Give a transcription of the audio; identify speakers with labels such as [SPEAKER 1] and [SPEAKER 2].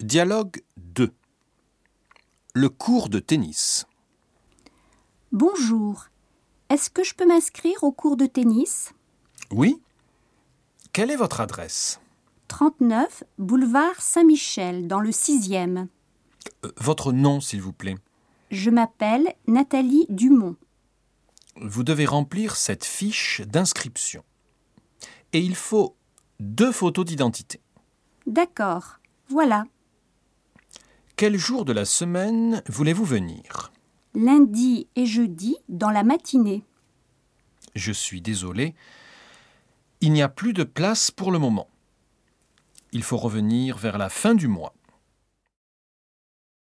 [SPEAKER 1] Dialogue 2 Le cours de tennis.
[SPEAKER 2] Bonjour. Est-ce que je peux m'inscrire au cours de tennis
[SPEAKER 1] Oui Quelle est votre adresse
[SPEAKER 2] 39 boulevard Saint-Michel, dans le 6e.
[SPEAKER 1] Euh, Votre nom, s'il vous plaît.
[SPEAKER 2] Je m'appelle Nathalie Dumont.
[SPEAKER 1] Vous devez remplir cette fiche d'inscription. Et il faut deux photos d'identité.
[SPEAKER 2] D'accord. Voilà.
[SPEAKER 1] Quel jour de la semaine voulez-vous venir
[SPEAKER 2] Lundi et jeudi, dans la matinée.
[SPEAKER 1] Je suis désolé. Il n'y a plus de place pour le moment. Il faut revenir vers la fin du mois.